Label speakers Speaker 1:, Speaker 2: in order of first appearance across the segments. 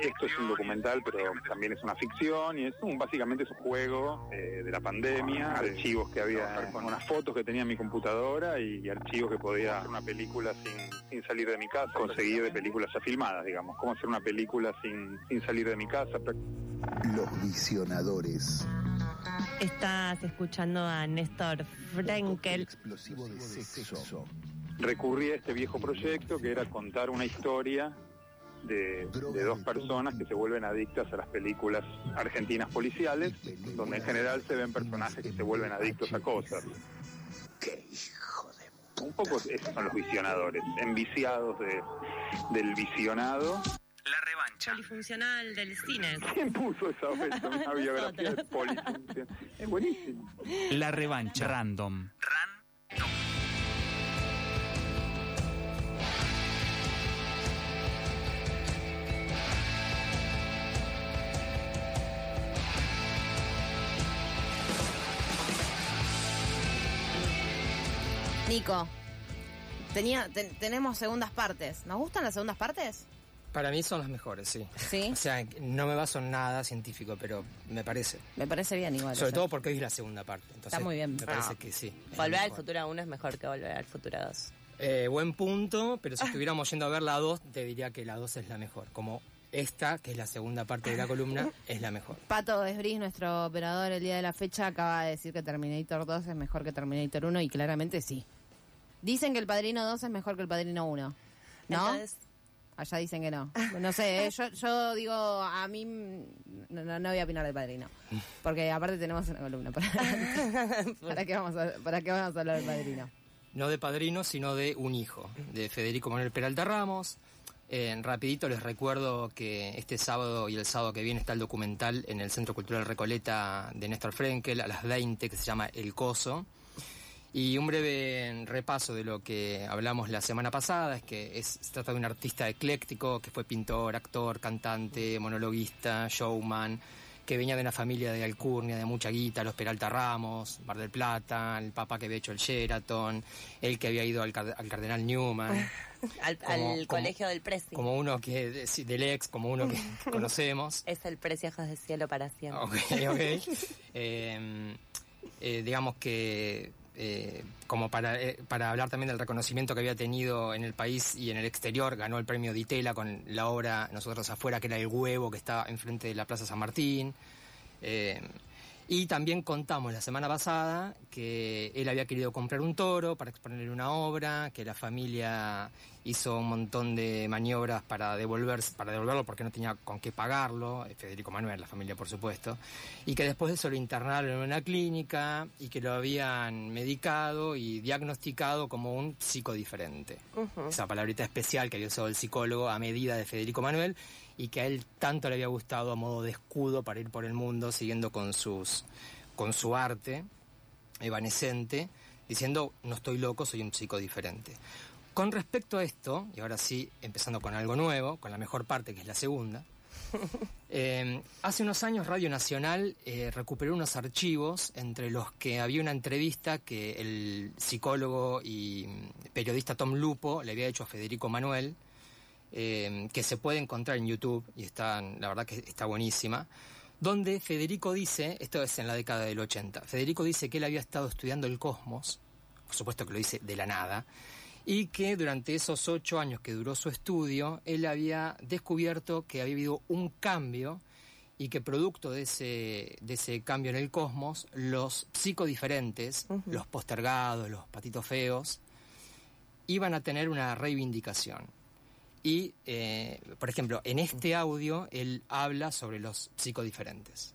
Speaker 1: esto es un documental, pero también es una ficción y es un, básicamente es un juego eh, de la pandemia, archivos que había con unas fotos que tenía en mi computadora y, y archivos que podía hacer una película sin, sin salir de mi casa, conseguir de películas ya filmadas, digamos, cómo hacer una película sin, sin salir de mi casa.
Speaker 2: Los visionadores.
Speaker 3: Estás escuchando a Néstor
Speaker 2: El
Speaker 3: Frenkel.
Speaker 2: explosivo de sexo.
Speaker 1: recurrí a este viejo proyecto que era contar una historia de, de dos personas que se vuelven adictas a las películas argentinas policiales, donde en general se ven personajes que se vuelven adictos a cosas.
Speaker 2: ¡Qué hijo de
Speaker 1: Un poco esos son los visionadores, enviciados de- del visionado.
Speaker 4: La revancha.
Speaker 3: Polifuncional del cine.
Speaker 1: ¿Quién puso esa vuelta? Una biografía de
Speaker 3: Nosotros.
Speaker 1: policía. Es buenísimo.
Speaker 4: La revancha. Random.
Speaker 5: Nico, tenía, ten- tenemos segundas partes. ¿Nos gustan las segundas partes?
Speaker 6: Para mí son las mejores, sí.
Speaker 5: Sí.
Speaker 6: O sea, no me baso en nada científico, pero me parece.
Speaker 5: Me parece bien igual.
Speaker 6: Sobre
Speaker 5: eso.
Speaker 6: todo porque hoy es la segunda parte. Entonces,
Speaker 5: Está muy bien.
Speaker 6: Me parece
Speaker 7: Ah.
Speaker 6: que sí. es
Speaker 7: Volver al
Speaker 6: mejor.
Speaker 7: futuro 1 es mejor que volver al futuro 2.
Speaker 6: Eh, buen punto, pero si estuviéramos yendo a ver la 2, te diría que la 2 es la mejor. Como esta, que es la segunda parte de la columna, es la mejor.
Speaker 5: Pato Esbris, nuestro operador el día de la fecha, acaba de decir que Terminator 2 es mejor que Terminator 1 y claramente sí. Dicen que el Padrino 2 es mejor que el Padrino 1. ¿No?
Speaker 7: Entonces,
Speaker 5: Allá dicen que no. No sé, eh, yo, yo digo, a mí mm, no, no- no voy a opinar del Padrino. Porque aparte tenemos una columna para, para, qué, vamos a, para qué vamos a hablar del Padrino.
Speaker 6: No de padrino, sino de un hijo, de Federico Manuel Peralta Ramos. Eh, rapidito les recuerdo que este sábado y el sábado que viene está el documental en el Centro Cultural Recoleta de Néstor Frenkel a las 20 que se llama El Coso. Y un breve repaso de lo que hablamos la semana pasada es que es- se trata de un artista ecléctico que fue pintor, actor, cantante, monologuista, showman, que venía de una familia de alcurnia, de mucha guita, los Peralta Ramos, Mar del Plata, el papá que había hecho el Sheraton, el que había ido al, car- al Cardenal Newman,
Speaker 7: al,
Speaker 6: Como-
Speaker 7: al
Speaker 6: como-
Speaker 7: colegio del Presi.
Speaker 6: como uno que, de- sí, del ex, como uno que conocemos.
Speaker 7: Es el Presi ojos de cielo para siempre.
Speaker 6: Ok, ok. Eh, eh, digamos que eh, como para, eh, para hablar también del reconocimiento que había tenido en el país y en el exterior, ganó el premio Ditela con la obra Nosotros afuera, que era el huevo que está enfrente de la Plaza San Martín. Eh, y también contamos la semana pasada que él había querido comprar un toro para exponer una obra, que la familia hizo un montón de maniobras para, devolverse, para devolverlo porque no tenía con qué pagarlo, eh, Federico Manuel, la familia por supuesto, y que después de eso lo internaron en una clínica y que lo habían medicado y diagnosticado como un psicodiferente. Esa palabrita especial que había usado el psicólogo a medida de Federico Manuel y que a él tanto le había gustado a modo de escudo para ir por el mundo siguiendo con sus con su arte evanescente, diciendo no estoy loco, soy un chico diferente. Con respecto a esto, y ahora sí, empezando con algo nuevo, con la mejor parte que es la segunda, eh, hace unos años Radio Nacional eh, recuperó unos archivos entre los que había una entrevista que el psicólogo y mm, periodista Tom Lupo le había hecho a Federico Manuel, eh, que se puede encontrar en YouTube y está, la verdad que está buenísima, donde Federico dice, esto es en la década del 80, Federico dice que él había estado estudiando el cosmos, por supuesto que lo dice de la nada, y que durante esos ocho años que duró su estudio, él había descubierto que había habido un cambio y que producto de ese, de ese cambio en el cosmos, los psicodiferentes, los postergados, los patitos feos, iban a tener una reivindicación. Y, eh, por ejemplo, en este audio él habla sobre los psicodiferentes.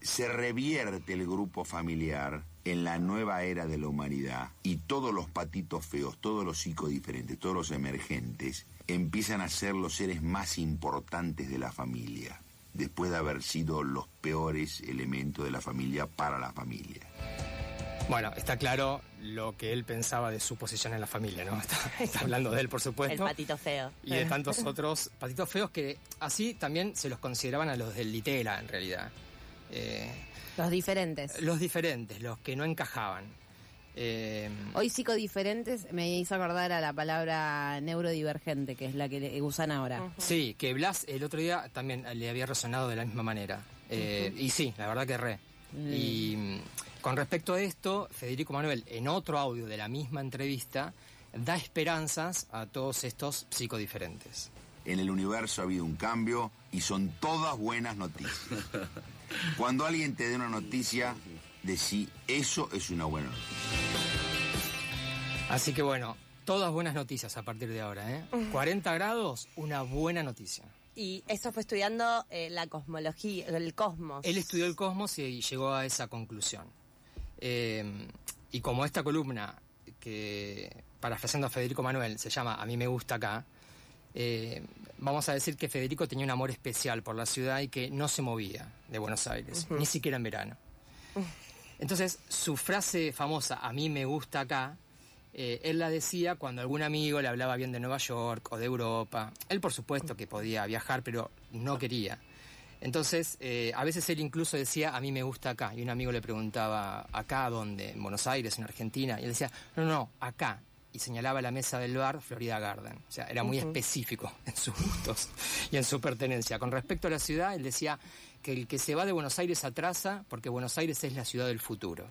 Speaker 8: se revierte el grupo familiar en la nueva era de la humanidad y todos los patitos feos, todos los psicodiferentes, todos los emergentes empiezan a ser los seres más importantes de la familia, después de haber sido los peores elementos de la familia para la familia.
Speaker 6: Bueno, está claro lo que él pensaba de su posición en la familia, ¿no? Está, está hablando de él, por
Speaker 7: el
Speaker 6: supuesto.
Speaker 7: patito feo.
Speaker 6: y de tantos otros patitos feos que así también se los consideraban a los del Litera, en realidad. Eh,
Speaker 5: Los diferentes.
Speaker 6: los diferentes, los que no encajaban. Eh,
Speaker 5: Hoy psicodiferentes me hizo acordar a la palabra neurodivergente, que es la que le- usan ahora.
Speaker 6: sí, que Blas el otro día también le había resonado de la misma manera. Eh, Y sí, la verdad que re. Y mm, con respecto a esto, Federico Manuel, en otro audio de la misma entrevista, da esperanzas a todos estos psicodiferentes.
Speaker 8: En el universo ha habido un cambio y son todas buenas noticias. Cuando alguien te dé una noticia, decí, eso es una buena noticia.
Speaker 6: Así que bueno, todas buenas noticias a partir de ahora. ¿eh? 40 grados, una buena noticia.
Speaker 7: Y eso fue estudiando eh, la cosmología, el cosmos.
Speaker 6: Él estudió el cosmos y llegó a esa conclusión. Eh, y como esta columna, que parafraseando a Federico Manuel, se llama A mí me gusta acá, eh, vamos a decir que Federico tenía un amor especial por la ciudad y que no se movía de Buenos Aires, ni siquiera en verano. Entonces, su frase famosa, A mí me gusta acá, eh, él la decía cuando algún amigo le hablaba bien de Nueva York o de Europa. Él, por supuesto, que podía viajar, pero no quería. Entonces, eh, a veces él incluso decía, a mí me gusta acá. Y un amigo le preguntaba, ¿acá dónde? ¿En Buenos Aires? ¿En Argentina? Y él decía, no, no, acá. Y señalaba la mesa del bar Florida Garden. O sea, era muy específico en sus gustos y en su pertenencia. Con respecto a la ciudad, él decía que el que se va de Buenos Aires atrasa porque Buenos Aires es la ciudad del futuro.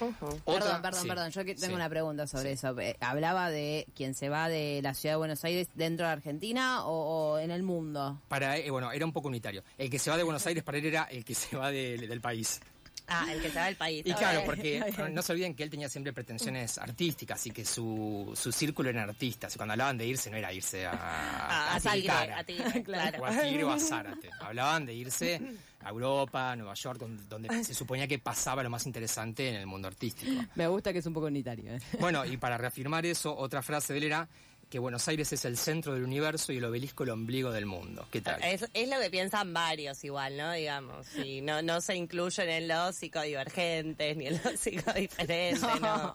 Speaker 6: Otra-
Speaker 5: perdón, perdón,
Speaker 6: sí,
Speaker 5: perdón. Yo que tengo
Speaker 6: sí.
Speaker 5: una pregunta sobre eso. Eh, Hablaba de quien se va de la ciudad de Buenos Aires dentro de Argentina o, o en el mundo.
Speaker 6: Para, eh, bueno, era un poco unitario. El que se va de Buenos Aires para él era el que se va de- del país.
Speaker 7: Ah, el que se va del país.
Speaker 6: Y
Speaker 7: Ah,
Speaker 6: claro,
Speaker 7: bueno.
Speaker 6: porque no se olviden que él tenía siempre pretensiones artísticas y que su, su círculo eran artistas. Y Cuando hablaban de irse, no era irse a,
Speaker 7: Ah,
Speaker 6: a,
Speaker 7: a Tigre,
Speaker 6: Tilcara,
Speaker 7: a Tigre, claro.
Speaker 6: o a Tigre o a Zárate. Hablaban de irse a Europa, a Nueva York, donde, donde se suponía que pasaba lo más interesante en el mundo artístico.
Speaker 5: Me gusta que es un poco unitario. ¿eh?
Speaker 6: Bueno, y para reafirmar eso, otra frase de él era que Buenos Aires es el centro del universo y el obelisco el ombligo del mundo. ¿Qué tal?
Speaker 7: Ah, Es, es lo que piensan varios igual, ¿no? Digamos, y no, no se incluyen en los psicodivergentes ni en los psicodiferentes, no.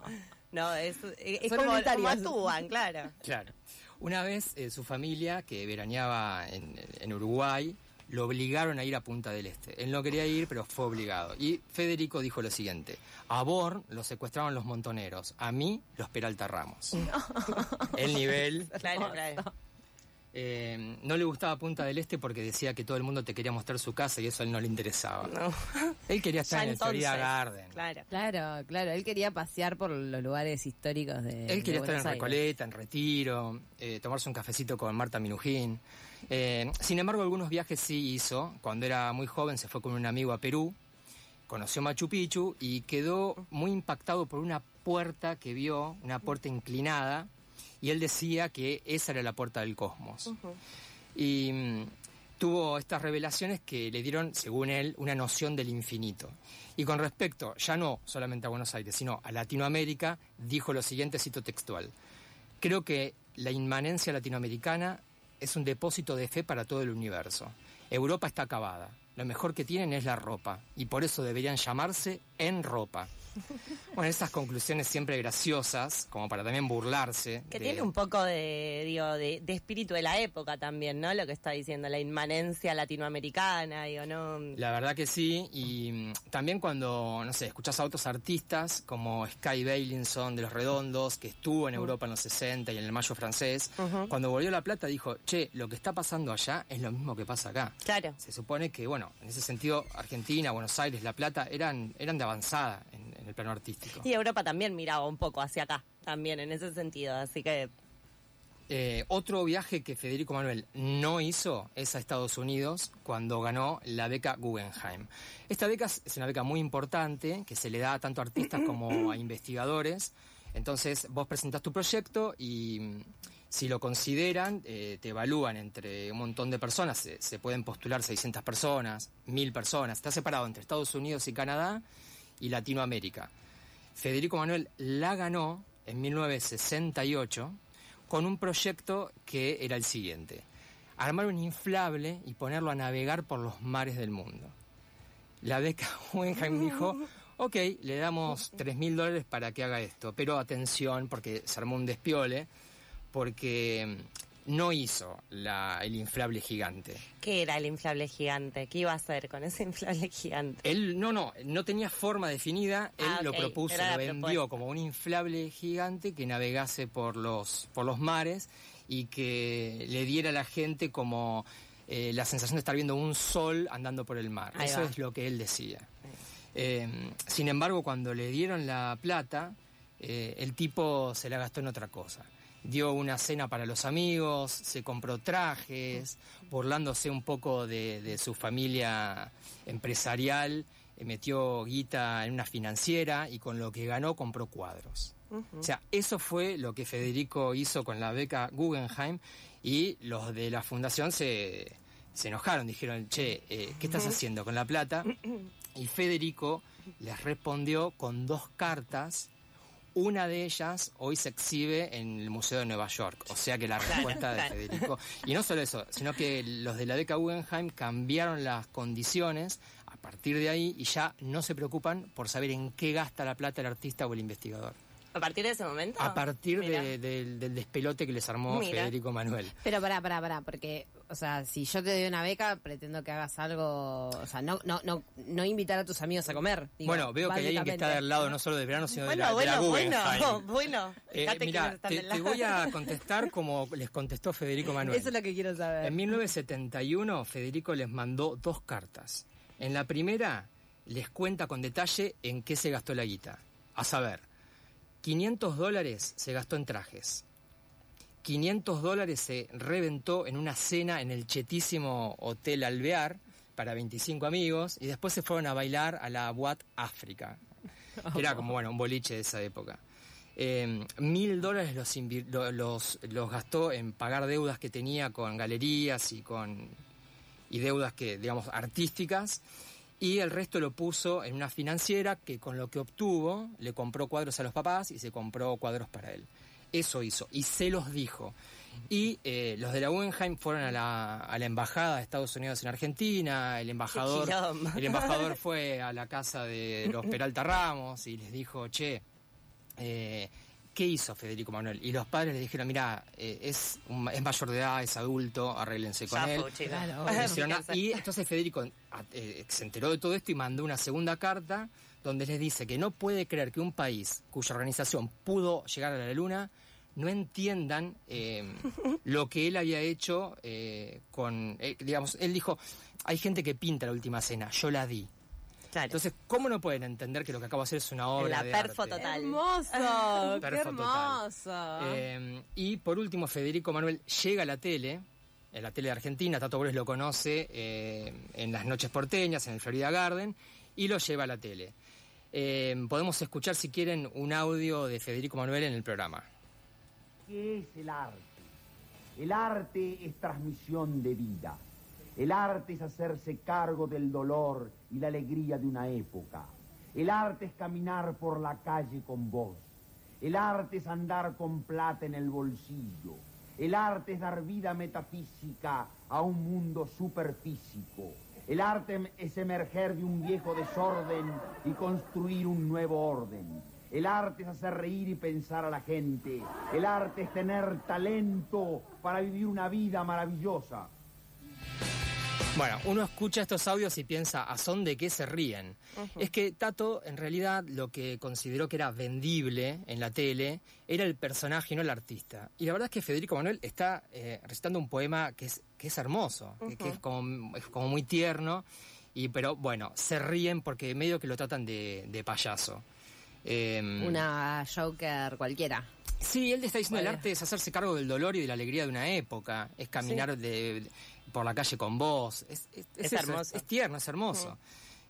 Speaker 7: No, es, es- es
Speaker 5: Son
Speaker 7: como,
Speaker 5: unitarios.
Speaker 7: como actúan, claro.
Speaker 6: Claro. Una vez eh, su familia, que veraneaba en, en Uruguay, lo obligaron a ir a Punta del Este. Él no quería ir, pero fue obligado. Y Federico dijo lo siguiente: A Bor lo secuestraron los montoneros, a mí los Peralta Ramos. El nivel.
Speaker 7: Claro, claro.
Speaker 6: eh, no le gustaba Punta del Este porque decía que todo el mundo te quería mostrar su casa y eso a él no le interesaba.
Speaker 7: No.
Speaker 6: Él quería estar
Speaker 7: Ya
Speaker 6: en el Florida
Speaker 7: entonces,
Speaker 6: Garden.
Speaker 7: Claro.
Speaker 5: Claro, claro. Él quería pasear por los lugares históricos de.
Speaker 6: Él quería
Speaker 5: de
Speaker 6: estar en
Speaker 5: Buenos Aires.
Speaker 6: Recoleta, en Retiro, eh, tomarse un cafecito con Marta Minujín. Eh, sin embargo, algunos viajes sí hizo. Cuando era muy joven se fue con un amigo a Perú, conoció Machu Picchu y quedó muy impactado por una puerta que vio, una puerta inclinada, y él decía que esa era la puerta del cosmos. Y mm, tuvo estas revelaciones que le dieron, según él, una noción del infinito. Y con respecto, ya no solamente a Buenos Aires, sino a Latinoamérica, dijo lo siguiente, cito textual. Creo que la inmanencia latinoamericana es un depósito de fe para todo el universo. Europa está acabada. Lo mejor que tienen es la ropa. Y por eso deberían llamarse en ropa. Bueno, esas conclusiones siempre graciosas, como para también burlarse.
Speaker 7: Que
Speaker 6: de-
Speaker 7: tiene un poco de, digo, de, de espíritu de la época también, ¿no? Lo que está diciendo, la inmanencia latinoamericana, digo, ¿no?
Speaker 6: La verdad que sí, y mm, también cuando, no sé, escuchás a otros artistas como Sky Bailinson de Los Redondos, que estuvo en Europa en los 60 y en el Mayo francés, cuando volvió a La Plata dijo, che, lo que está pasando allá es lo mismo que pasa acá.
Speaker 7: Claro.
Speaker 6: Se supone que, bueno, en ese sentido, Argentina, Buenos Aires, La Plata eran, eran de avanzada en, en el plano artístico.
Speaker 7: Y Europa también miraba un poco hacia acá, también en ese sentido, así que
Speaker 6: Eh, otro viaje que Federico Manuel no hizo es a Estados Unidos cuando ganó la beca Guggenheim. Esta beca es es una beca muy importante que se le da tanto a artistas como a investigadores. Entonces vos presentás tu proyecto y mm, si lo consideran, eh, te evalúan entre un montón de personas. Se, se pueden postular 600 personas, 1000 personas. Está separado entre Estados Unidos y Canadá y Latinoamérica. Federico Manuel la ganó en 1968 con un proyecto que era el siguiente. Armar un inflable y ponerlo a navegar por los mares del mundo. La beca Wenheim dijo, ok, le damos 3 mil dólares para que haga esto, pero atención porque se armó un despiole, porque mm, no hizo la- el inflable gigante.
Speaker 7: ¿Qué era el inflable gigante? ¿Qué iba a hacer con ese inflable gigante?
Speaker 6: Él, no, no, no tenía forma definida, él
Speaker 7: Ah,
Speaker 6: lo
Speaker 7: ok,
Speaker 6: propuso,
Speaker 7: era
Speaker 6: lo
Speaker 7: la
Speaker 6: vendió
Speaker 7: propuesta.
Speaker 6: como un inflable gigante que navegase por los, por los mares y que le diera a la gente como eh, la sensación de estar viendo un sol andando por el mar.
Speaker 7: Ahí
Speaker 6: Eso
Speaker 7: va.
Speaker 6: es lo que él decía. Eh, sin embargo, cuando le dieron la plata, eh, el tipo se la gastó en otra cosa. Dio una cena para los amigos, se compró trajes, burlándose un poco de, de su familia empresarial, eh, metió guita en una financiera y con lo que ganó compró cuadros. O sea, eso fue lo que Federico hizo con la beca Guggenheim y los de la fundación se, se enojaron, dijeron, che, eh, ¿qué estás haciendo con la plata? Y Federico les respondió con dos cartas. Una de ellas hoy se exhibe en el Museo de Nueva York, o sea que la respuesta de
Speaker 7: claro.
Speaker 6: Federico. Y no solo eso, sino que los de la beca Guggenheim cambiaron las condiciones a partir de ahí y ya no se preocupan por saber en qué gasta la plata el artista o el investigador.
Speaker 7: ¿A partir de ese momento?
Speaker 6: A partir de-
Speaker 7: Mirá.
Speaker 6: del, del despelote que les armó
Speaker 7: Mira.
Speaker 6: Federico Manuel.
Speaker 5: Pero pará, pará, pará, porque, o sea, si yo te doy una beca, pretendo que hagas algo, o sea, no, no, no, no invitar a tus amigos a comer. digo,
Speaker 6: bueno, veo que hay alguien que está del lado no solo del verano, sino de la, de la Guggenheim.
Speaker 7: bueno, bueno.
Speaker 6: Eh,
Speaker 7: Fíjate quiénes
Speaker 6: mira,
Speaker 7: están
Speaker 6: te,
Speaker 7: del
Speaker 6: te
Speaker 7: lado.
Speaker 6: voy a contestar como les contestó Federico Manuel.
Speaker 5: Eso es lo que quiero saber.
Speaker 6: En 1971, Federico les mandó dos cartas. En la primera, les cuenta con detalle en qué se gastó la guita. A saber, 500 dólares se gastó en trajes. 500 dólares se reventó en una cena en el chetísimo Hotel Alvear para 25 amigos y después se fueron a bailar a la Boat África, que era como, bueno, un boliche de esa época. Eh, Mil dólares los, invi- lo- los, los gastó en pagar deudas que tenía con galerías y con y deudas que, digamos, artísticas. Y el resto lo puso en una financiera que con lo que obtuvo le compró cuadros a los papás y se compró cuadros para él. Eso hizo y se los dijo. Y eh, los de la Guggenheim fueron a la, a la embajada de Estados Unidos en Argentina, el embajador,
Speaker 7: quilombo.
Speaker 6: el embajador fue a la casa de los Peralta Ramos y les dijo, che, eh, ¿qué hizo Federico Manuel? Y los padres le dijeron, mira, eh, es, un ma- es mayor de edad, es adulto, arréglense con
Speaker 7: Ya
Speaker 6: él.
Speaker 7: fue, chico.
Speaker 6: No, le hicieron nada. y entonces Federico a- eh, se enteró de todo esto y mandó una segunda carta donde les dice que no puede creer que un país cuya organización pudo llegar a la luna no entiendan eh, lo que él había hecho eh, con, eh, digamos, él dijo, hay gente que pinta la última cena, yo la di.
Speaker 7: Claro.
Speaker 6: Entonces, ¿cómo no pueden entender que lo que acabo de hacer es una obra
Speaker 7: La
Speaker 6: de
Speaker 7: perfo
Speaker 6: arte?
Speaker 7: total.
Speaker 5: Hermoso, qué
Speaker 6: Perfo total.
Speaker 5: hermoso.
Speaker 6: Eh, y por último, Federico Manuel llega a la tele, en la tele de Argentina, Tato Bores lo conoce eh, en las noches porteñas, en el Florida Garden, y lo lleva a la tele. Eh, podemos escuchar, si quieren, un audio de Federico Manuel en el programa.
Speaker 9: ¿Qué es el arte? El arte es transmisión de vida. El arte es hacerse cargo del dolor y la alegría de una época. El arte es caminar por la calle con voz. El arte es andar con plata en el bolsillo. El arte es dar vida metafísica a un mundo superfísico. El arte em- es emerger de un viejo desorden y construir un nuevo orden. El arte es hacer reír y pensar a la gente. El arte es tener talento para vivir una vida maravillosa.
Speaker 6: Bueno, uno escucha estos audios y piensa, ¿a son de qué se ríen? Es que Tato, en realidad, lo que consideró que era vendible en la tele era el personaje, no el artista. Y la verdad es que Federico Manuel está eh, recitando un poema que es, que es hermoso, que- que es como, es como muy tierno, y, pero bueno, se ríen porque medio que lo tratan de, de payaso. Em,
Speaker 5: Una Joker cualquiera.
Speaker 6: Sí, él te está diciendo el
Speaker 5: Vale.
Speaker 6: arte es hacerse cargo del dolor y de la alegría de una época, es caminar de- de- por la calle con vos, es, es- es
Speaker 7: Es
Speaker 6: eso,
Speaker 7: hermoso.
Speaker 6: es- es tierno, es hermoso.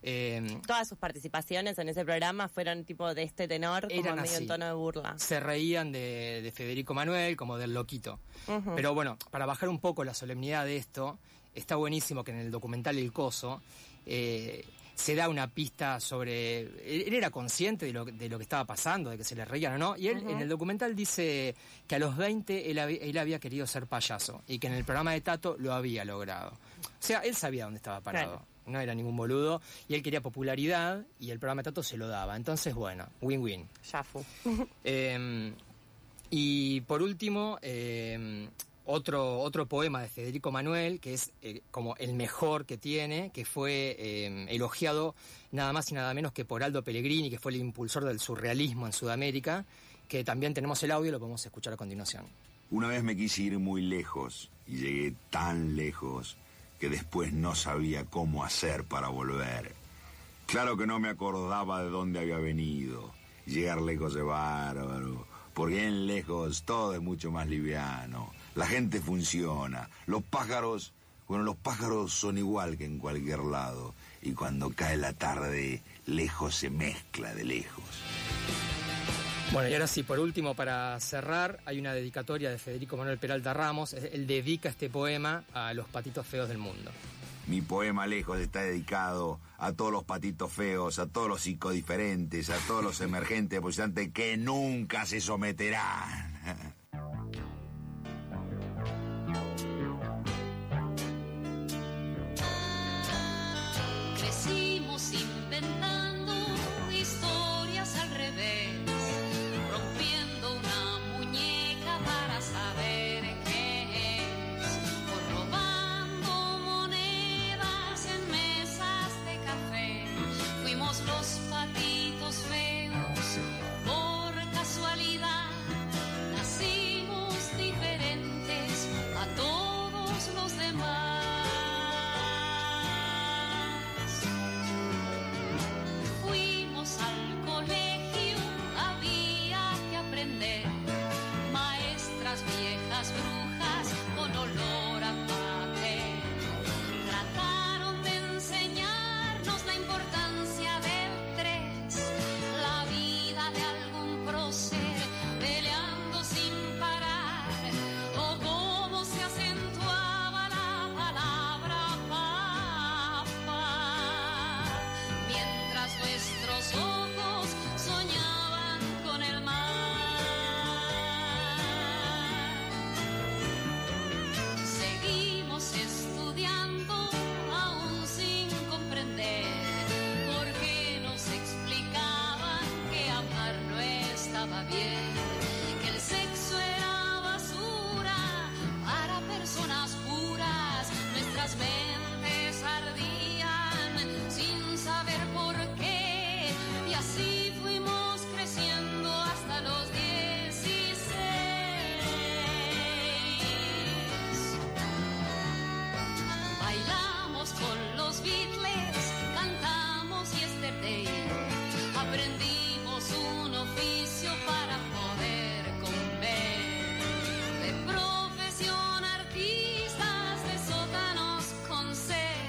Speaker 6: Eh,
Speaker 7: Todas sus participaciones en ese programa fueron tipo de este tenor, como
Speaker 6: Eran
Speaker 7: medio
Speaker 6: así.
Speaker 7: en tono de burla.
Speaker 6: se reían de, de Federico Manuel como del loquito. Pero bueno, para bajar un poco la solemnidad de esto, está buenísimo que en el documental El Coso eh, se da una pista sobre... Él, él era consciente de lo, de lo que estaba pasando, de que se le reían o no, y él en el documental dice que a los 20 él, hab- él había querido ser payaso y que en el programa de Tato lo había logrado. O sea, él sabía dónde estaba parado.
Speaker 7: Claro.
Speaker 6: No era ningún boludo y él quería popularidad y el programa de Tato se lo daba. Entonces, bueno, win-win.
Speaker 7: Ya fue.
Speaker 6: Em, Eh, y por último, eh, otro, otro poema de Federico Manuel, que es eh, como el mejor que tiene, que fue eh, elogiado nada más y nada menos que por Aldo Pellegrini, que fue el impulsor del surrealismo en Sudamérica, que también tenemos el audio y lo podemos escuchar a continuación.
Speaker 8: Una vez me quise ir muy lejos y llegué tan lejos que después no sabía cómo hacer para volver. Claro que no me acordaba de dónde había venido. Llegar lejos es bárbaro, porque en lejos todo es mucho más liviano. La gente funciona. Los pájaros, bueno, los pájaros son igual que en cualquier lado. Y cuando cae la tarde, lejos se mezcla de lejos.
Speaker 6: Bueno, y ahora sí, por último, para cerrar, hay una dedicatoria de Federico Manuel Peralta Ramos. Él dedica este poema a los patitos feos del mundo.
Speaker 8: Mi poema Lejos está dedicado a todos los patitos feos, a todos los psicodiferentes, a todos los emergentes positantes que nunca se someterán.
Speaker 10: Crecimos inventando historias al revés, rompiendo una muñeca para saber qué es, o robando monedas en mesas de café. Fuimos los patitos feos, por casualidad, nacimos diferentes a todos los demás. Fuimos al colegio, había que aprender. Maestras viejas brujas con olor a papel. Trataron de enseñarnos la importancia del tres, la vida de algún prócer peleando sin parar, o cómo se acentuaba la palabra papá mientras nuestros ojos soñaban con el mar. Seguimos estudiando aún sin comprender porque nos explicaban que amar no estaba bien, que el sexo era basura para personas puras. Nuestras mentes ardían sin saber por qué y así fuimos creciendo hasta los 16. Bailamos con los Beatles, cantamos Yesterday. Aprendimos un oficio para poder comer. De profesión artistas, de sótanos con ser.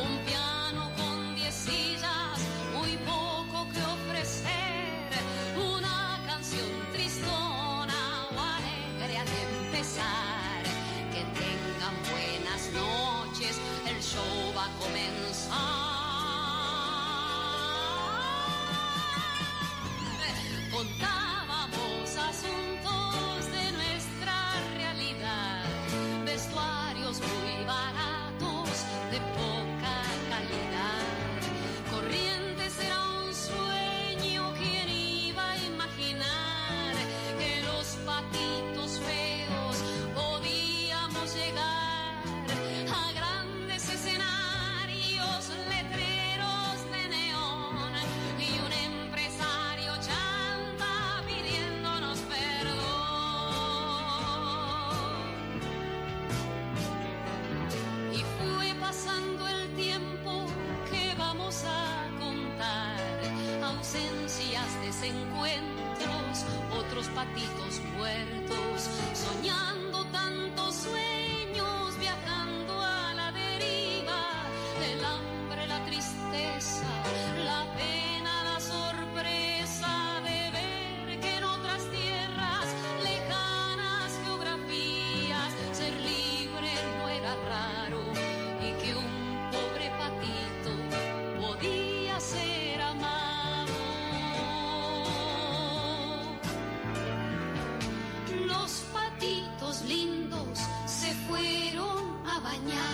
Speaker 10: Un piano con diez sillas, muy poco que ofrecer. Una canción tristona o alegre al empezar. Que tengan buenas noches, el show va a comenzar. Contábamos asuntos de nuestra realidad, vestuarios muy baratos de poca calidad. Corrientes era un sueño, quien iba a imaginar que los patitos feos podíamos llegar a grandes escenarios, letreros de neón y un empresario chanta pidiéndonos perdón. Y fue pasando el tiempo que vamos a contar. Ausencias, desencuentros, otros patitos muertos. Soñando tantos sueños, viajando a la deriva. El hambre, la tristeza, la pena, la sorpresa de ver que en otras tierras lejanas geografías ser libre no era raro y que un pobre patito podía ser amado. Los patitos lindos se fueron a bañar